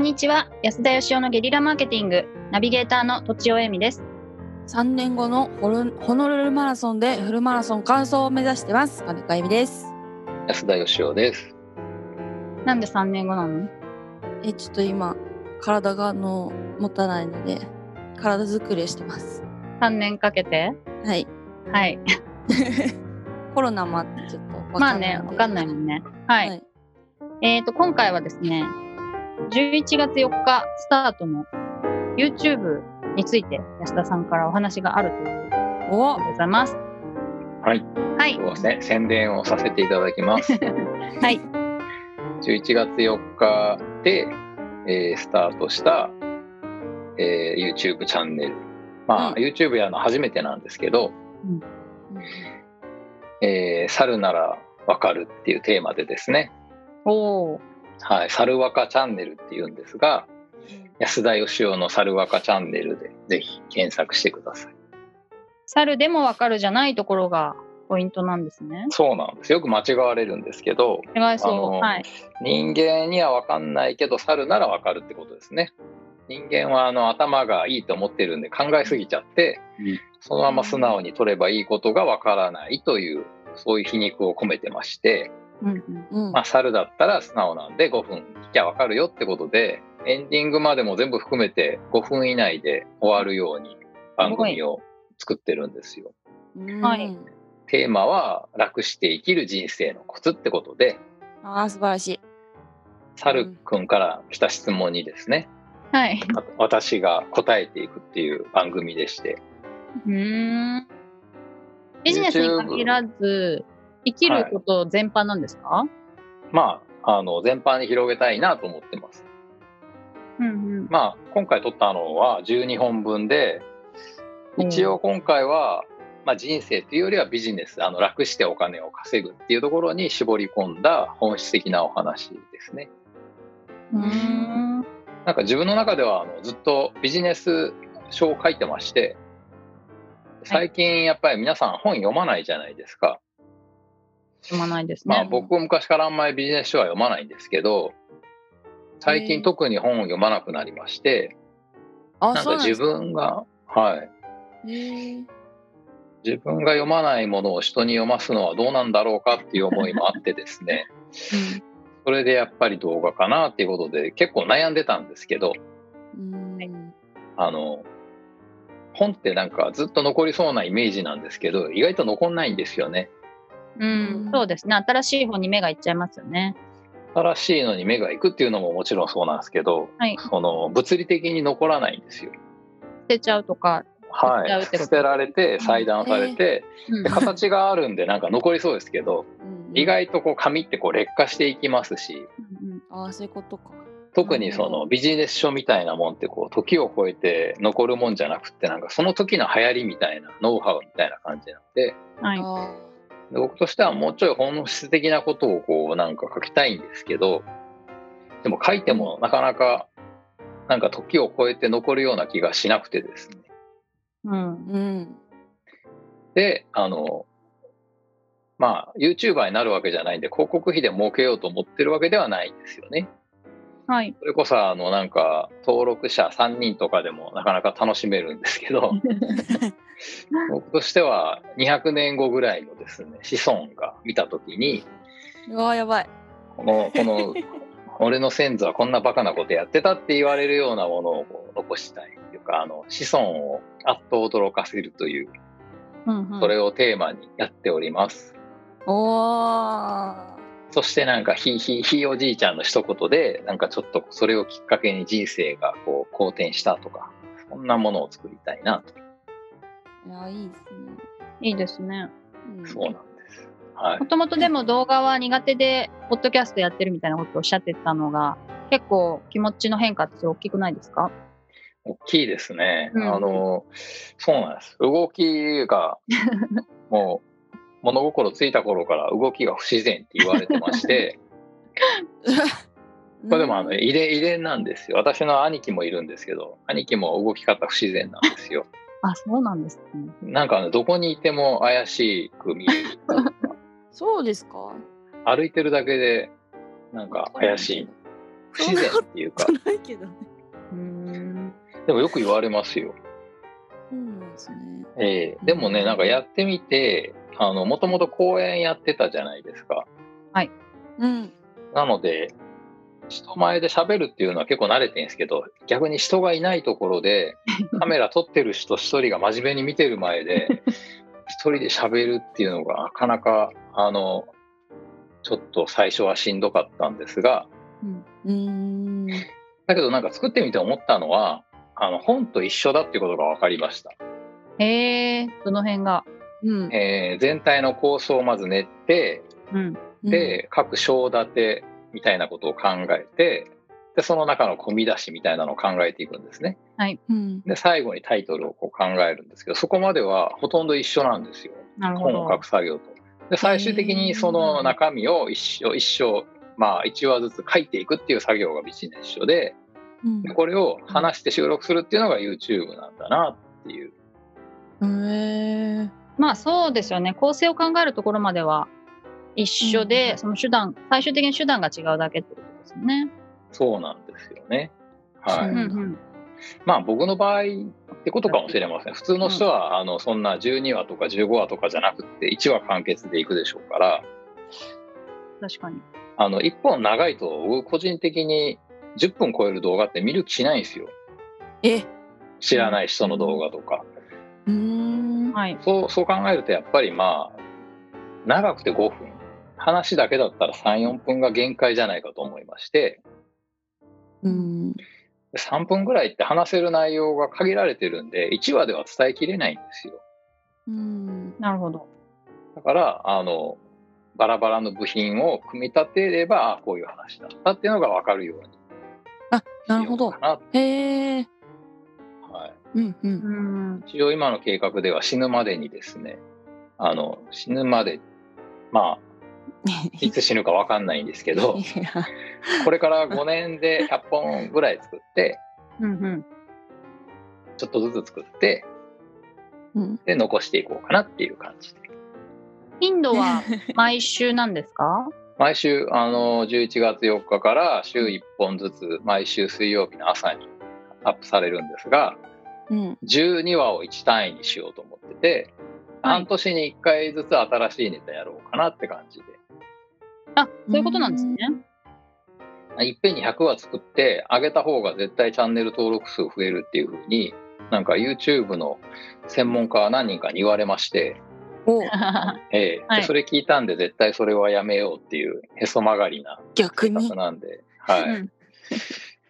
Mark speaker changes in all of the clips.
Speaker 1: にちは安田義雄のゲリラマーケティングナビゲーターの土地尾恵美です
Speaker 2: 3年後のホルホノルルマラソンでフルマラソン完走を目指してます金子あゆみです
Speaker 3: 安田義雄です。
Speaker 1: なんで3年後なの
Speaker 2: えちょっと今体があの持たないので体作りをしてます
Speaker 1: 3年かけて
Speaker 2: はい
Speaker 1: はい
Speaker 2: コロナもあってちょっとわ
Speaker 1: まあ
Speaker 2: んない
Speaker 1: ね
Speaker 2: ので
Speaker 1: わかんないもんねはい、
Speaker 2: はい
Speaker 1: えっ、と今回はですね11月4日スタートの YouTube について安田さんからお話があるという
Speaker 2: お
Speaker 1: ことでございます
Speaker 3: はい、
Speaker 1: はい
Speaker 3: 今日はせ宣伝をさせていただきます。
Speaker 1: はい
Speaker 3: 11月4日で、えースタートした、えー YouTube チャンネル。まあ、
Speaker 2: うん
Speaker 3: YouTube やるの初めてなんですけど、えー猿ならわかるっていうテーマでですね、
Speaker 1: おー
Speaker 3: はい、猿若チャンネルっていうんですが、安田義雄の猿若チャンネルでぜひ検索してください。
Speaker 1: 猿でもわかるじゃないところがポイントなんですね
Speaker 3: そうなんです。よく間違われるんですけど、
Speaker 1: 違い
Speaker 3: あ
Speaker 1: そう
Speaker 3: の
Speaker 1: はい
Speaker 3: 人間には分かんないけど猿なら分かるってことですね人間はあの頭がいいと思ってるんで考えすぎちゃって、
Speaker 4: うん
Speaker 3: そのまま素直に取ればいいことが分からないというそういう皮肉を込めてまして、
Speaker 1: うんうん
Speaker 2: うん
Speaker 3: まあ、猿だったら素直なんで5分聞きゃ分かるよってことでエンディングまでも全部含めて5分以内で終わるように番組を作ってるんですよ。
Speaker 2: うん
Speaker 1: はい
Speaker 3: テーマは楽して生きる人生のコツってことで
Speaker 2: あー素晴らしい
Speaker 3: 猿くんから来た質問にですね
Speaker 1: はい
Speaker 3: あ私が答えていくっていう番組でして
Speaker 1: うーんビジネスに限らず、生きること全般なんですか、
Speaker 3: まああの全般に広げたいなと思ってます
Speaker 1: うんうん。
Speaker 3: まあ今回撮ったのは12本分で一応今回は、まあ、人生というよりはビジネスあの楽してお金を稼ぐっていうところに絞り込んだ本質的なお話ですね
Speaker 1: うーん。
Speaker 3: なんか自分の中ではあのずっとビジネス書を書いてまして最近やっぱり皆さん本読まないじゃないですか、
Speaker 1: すまないですね。
Speaker 3: まあ
Speaker 2: ね
Speaker 3: 僕も昔からあんまりビジネス書は読まないんですけど最
Speaker 2: へえ
Speaker 3: 近特に本を読まなくなりまして
Speaker 2: あ
Speaker 3: なん
Speaker 2: そう
Speaker 3: か
Speaker 2: なんで
Speaker 3: 自
Speaker 2: すか
Speaker 3: 分がは
Speaker 2: へ
Speaker 3: い
Speaker 2: ー
Speaker 3: 自分が読まないものを人に読ますのはどうなんだろうかっていう思いもあってで すねそれでやっぱり動画かなっていうことで結構悩んでたんですけど
Speaker 2: うん
Speaker 3: あの本ってなんかずっと残りそうなイメージなんですけど意外と残んないんですよね
Speaker 1: うん。そうですね。新しい方に目がいっちゃいますよね。
Speaker 3: 新しいのに目が行くっていうのももちろんそうなんですけど
Speaker 1: はい。
Speaker 3: その物理的に残らないんですよ
Speaker 1: 捨てちゃうとか。
Speaker 3: は
Speaker 1: やっちゃうってこ
Speaker 3: い、
Speaker 1: と
Speaker 3: 捨てられて裁断されて、
Speaker 1: うん
Speaker 3: で形があるんでなんか残りそうですけど
Speaker 2: うん
Speaker 3: 意外とこう紙ってこう劣化していきますし
Speaker 1: うん
Speaker 2: ああそういうことか
Speaker 3: 特にそ
Speaker 2: なるほ
Speaker 3: のビジネス書みたいなもんってこう時を超えて残るもんじゃなくってなんかその時の流行りみたいなノウハウみたいな感じなので
Speaker 1: うんはい。
Speaker 2: あ
Speaker 3: で僕としてはもうちょい本質的なことをこうなんか書きたいんですけどでも書いてもなかなかなんか時を超えて残るような気がしなくてですね
Speaker 1: うん。
Speaker 2: ーうん
Speaker 3: で、あの、まあ、YouTuber になるわけじゃないんで、広告費で儲けようと思ってるわけではないんですよね。
Speaker 1: はい。
Speaker 3: それこそ、あの、なんか、登録者3人とかでもなかなか楽しめるんです けど、僕としては200年後ぐらいのですね、子孫が見たときに、
Speaker 2: うわーやばい
Speaker 3: この、この、俺の先祖はこんなバカなことやってたって言われるようなものをこう残したいというか、あの、子孫をあっと驚かせるという、
Speaker 1: うんうん
Speaker 3: それをテーマにやっております。
Speaker 2: おー
Speaker 3: そしてなんかひいひいひいおじいちゃんの一言でなんかちょっとそれをきっかけに人生がこう好転したとかそんなものを作りたいなと、
Speaker 2: いやいいですね、
Speaker 1: いいですね。
Speaker 2: うん
Speaker 3: そうなんですは い
Speaker 1: もともとでも動画は苦手で、ポッドキャストやってるみたいなことをおっしゃってたのが、結構気持ちの変化って大きくないですか
Speaker 3: 大きいですね、
Speaker 1: うん
Speaker 3: あのそうなんです動 きがもう物心ついた頃から動きが不自然って言われてま してこれでもあの
Speaker 2: うん
Speaker 3: 遺伝遺伝なんですよ私の兄貴もいるんですけど兄貴も動き方不自然なんですよ
Speaker 1: あ、そうなんですね。
Speaker 3: なんかあのどこにいても怪しく見える
Speaker 2: そうですか
Speaker 3: 歩いてるだけでなんか怪しい不自然っていうか
Speaker 2: じゃないけどね。
Speaker 1: うん。
Speaker 3: でもよく言われますよ。
Speaker 2: そうなんですね。
Speaker 3: ええでもねなんかやってみてあのもともと公演やってたじゃないですか。
Speaker 2: うん。
Speaker 3: なので人前で喋るっていうのは結構慣れてるんですけど逆に人がいないところ でカメラ撮ってる人一人が真面目に見てる前で一人で喋るっていうのがなかなかあのちょっと最初はしんどかったんですが
Speaker 2: うーん。
Speaker 3: だけどなんか作ってみて思ったのはあの本と一緒だっていうことが分かりました。
Speaker 1: へえー、どの辺が。
Speaker 2: うん。
Speaker 3: えー全体の構想をまず練って
Speaker 1: うん。
Speaker 3: で、各章立てみたいなことを考えてでその中の込み出しみたいなのを考えていくんですね
Speaker 2: うん、
Speaker 3: で最後にタイトルをこう考えるんですけどそこまではほとんど一緒なんですよ
Speaker 1: なるほ
Speaker 3: 本
Speaker 1: ど
Speaker 3: を。書く作業とで最終的にその中身を一生一生まあ1話ずつ書いていくっていう作業がビジネス書で
Speaker 2: うん
Speaker 3: でこれを話して収録するっていうのが YouTube なんだなっていう
Speaker 2: うん。へえ。
Speaker 1: まあそうですよね。構成を考えるところまでは一緒で、
Speaker 2: うん
Speaker 1: その手段、最終的に手段が違うだけってことですよね。
Speaker 3: そうなんですよね
Speaker 2: う
Speaker 3: はい
Speaker 2: ん
Speaker 1: うん
Speaker 3: まあ僕の場合ってことかもしれません。普通の人は、あのそんな12話とか15話とかじゃなくて1話完結でいくでしょうから、
Speaker 1: 確かに。
Speaker 3: あの1本長いと僕個人的に10分超える動画って見る気しないんですよ。
Speaker 2: え。
Speaker 3: 知らない人の動画とか。
Speaker 2: うーん。
Speaker 1: はい。
Speaker 3: そうそう考えるとやっぱりまあ長くて5分。話だけだったら3、4分が限界じゃないかと思いまして、
Speaker 2: うん。
Speaker 3: 3分ぐらいって話せる内容が限られてるんで、1話では伝えきれないんですよ。
Speaker 2: うん。
Speaker 1: なるほど。
Speaker 3: だからあのバラバラの部品を組み立てればあこういう話だったっていうのが分かるように
Speaker 2: あ、なるほど
Speaker 3: しよう。か
Speaker 2: へえ。
Speaker 3: なはい、
Speaker 2: うんう
Speaker 1: う
Speaker 2: ん。
Speaker 1: ん。
Speaker 3: 一応今の計画では死ぬまでにですねあの死ぬまでまあいつ死ぬか分かんないんですけ ど
Speaker 2: いや
Speaker 3: これから5年で100本ぐらい作って
Speaker 1: うんうん。
Speaker 3: ちょっとずつ作って
Speaker 2: うん
Speaker 3: で残していこうかなっていう感じで
Speaker 1: 頻度 は毎週なんですか
Speaker 3: 毎週あの11月4日から週1本ずつ毎週水曜日の朝にアップされるんですが
Speaker 2: うん。
Speaker 3: 12話を1単位にしようと思ってて、
Speaker 1: はい
Speaker 3: 半年に1回ずつ新しいネタやろうかなって感じで
Speaker 1: あ、そういうことなんですね。
Speaker 3: いっぺんに100話作って上げた方が絶対チャンネル登録数増えるっていう風になんか YouTube の専門家は何人かに言われまして、
Speaker 2: お、
Speaker 3: ええ
Speaker 1: はい
Speaker 3: でそれ聞いたんで絶対それはやめようっていうへそ曲がりな
Speaker 2: 逆に
Speaker 3: 企画。なんで、はい
Speaker 1: うん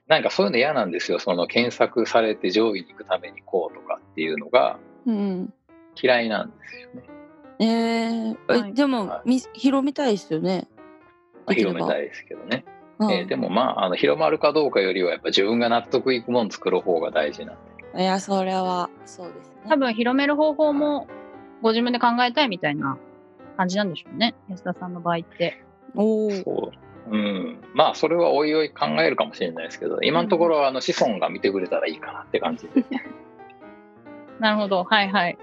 Speaker 3: なんかそういうの嫌なんですよその検索されて上位に行くためにこうとかっていうのが
Speaker 2: うん。
Speaker 3: 嫌いなんですよね。
Speaker 2: ええ
Speaker 1: は
Speaker 2: え
Speaker 1: い
Speaker 2: でも、み、広めたいですよね。できれ
Speaker 3: 広
Speaker 2: ば
Speaker 3: めたいですけどね。
Speaker 2: うん
Speaker 3: えーでもまああの広まるかどうかよりはやっぱ自分が納得いくもの作る方が大事なんで
Speaker 2: いや、それは、そうですね。
Speaker 1: 多分広める方法もご自分で考えたいみたいな感じなんでしょうね。安田さんの場合って。
Speaker 2: おお。
Speaker 3: そう、うん、まあそれはおいおい考えるかもしれないですけど今のところはあの子孫が見てくれたらいいかなって感じで
Speaker 1: なるほど。はいはい。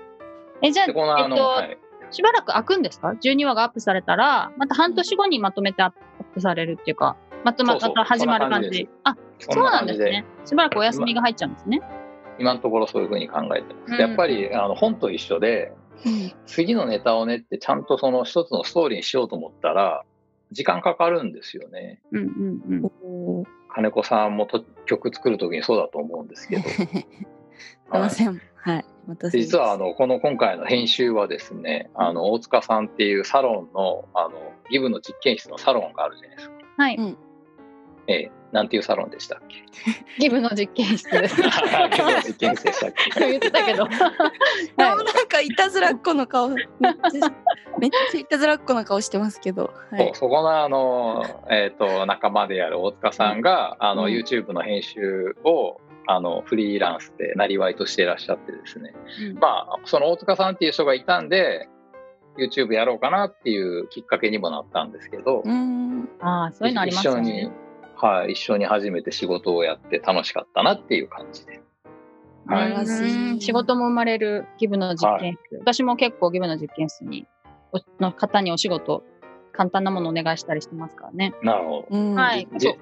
Speaker 1: え、じゃあ、え
Speaker 3: で
Speaker 1: っ
Speaker 3: このあの、は
Speaker 1: と、
Speaker 3: い、
Speaker 1: しばらく開くんですか ?12 話がアップされたら、また半年後にまとめてアップされるっていうか、まとま
Speaker 3: そうそう
Speaker 1: た始まる感
Speaker 3: そんな感じ
Speaker 1: じ
Speaker 3: で。
Speaker 1: あ、
Speaker 3: そ
Speaker 1: そ
Speaker 3: ん
Speaker 1: う
Speaker 3: な
Speaker 1: なん
Speaker 3: 感
Speaker 1: で
Speaker 3: じ
Speaker 1: す
Speaker 3: で
Speaker 1: ね。しばらくお休みが入っちゃうんですね。
Speaker 3: 今のところそういうふうに考えてます、
Speaker 1: うん
Speaker 3: やっぱりあの本と一緒で次のネタをねってちゃんとその一つのストーリーにしようと思ったら時間かかるんですよね
Speaker 1: うんうんうん。
Speaker 2: おお。
Speaker 3: 金子さんもと曲作る時にそうだと思うんですけど
Speaker 2: すいません。はい。私
Speaker 3: で実はあ。のこの今回の編集はですねあの大塚さんっていうサロンのあのギブの実験室のサロンがあるじゃないですか。
Speaker 1: はい
Speaker 2: うん
Speaker 3: ええなんていうサロンでしたっ け
Speaker 1: ギブの実験室です。
Speaker 3: ギブの実験室でしたっけ
Speaker 1: 言ってたけ ど。
Speaker 2: で
Speaker 1: は
Speaker 2: もなんかいたずらっ子の顔めっち ゃめっちゃいたずらっ子の顔してますけど、は
Speaker 3: そ、
Speaker 2: いう
Speaker 3: そこのあの、えー、と仲間である大塚さんが、あの
Speaker 2: うん
Speaker 3: YouTube の編集をあのフリーランスでなりわいとしていらっしゃってですね、
Speaker 1: うん
Speaker 3: まあその大塚さんっていう人がいたんで YouTube やろうかなっていうきっかけにもなったんですけど、
Speaker 2: うーん
Speaker 1: い。ああ、そういうのありますよね。
Speaker 3: 一緒に、はい、一緒に初めて仕事をやって楽しかったなっていう感じで。は
Speaker 2: う
Speaker 3: い、
Speaker 2: ん
Speaker 1: うん仕事も生まれるギブの実験室、私も結構ギブの実験室におの方にお仕事簡単なものお願いしたりしてますからね。
Speaker 3: なるほ
Speaker 2: う
Speaker 3: ど。
Speaker 2: ん
Speaker 1: はい
Speaker 3: じ
Speaker 1: そう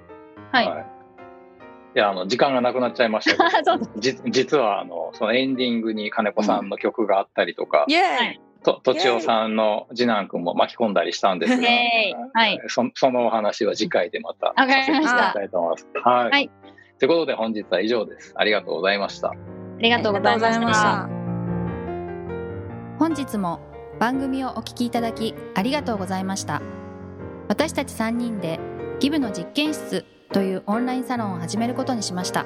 Speaker 1: はい
Speaker 3: い、いやあの時間がなくなっちゃいましたけど
Speaker 1: そう です。
Speaker 3: じ実はあのそのエンディングに金子さんの曲があったり とか、
Speaker 2: イエーイ、
Speaker 1: はい
Speaker 3: ととちおさんの次男君も巻き込んだりしたんですが、
Speaker 1: イエーイはい
Speaker 3: そそのお話は次回でまた
Speaker 1: わかりました
Speaker 3: させていだきたいと思います。はい、
Speaker 1: はい
Speaker 3: ということで本日は以上です。ありがとうございました。
Speaker 1: ありがとうございま
Speaker 2: あ
Speaker 1: し
Speaker 2: りがとうございましたた。
Speaker 4: 本日も番組をお聞きいただきありがとうございました私たち3人でギブの実験室というオンラインサロンを始めることにしました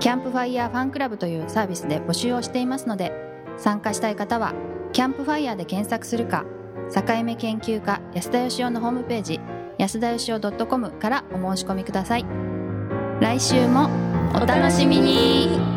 Speaker 4: キャンプファイヤーファンクラブというサービスで募集をしていますので参加したい方はキャンプファイヤーで検索するか境目研究家安田義雄のホームページ安田義雄 .com からお申し込みください来週もお楽しみに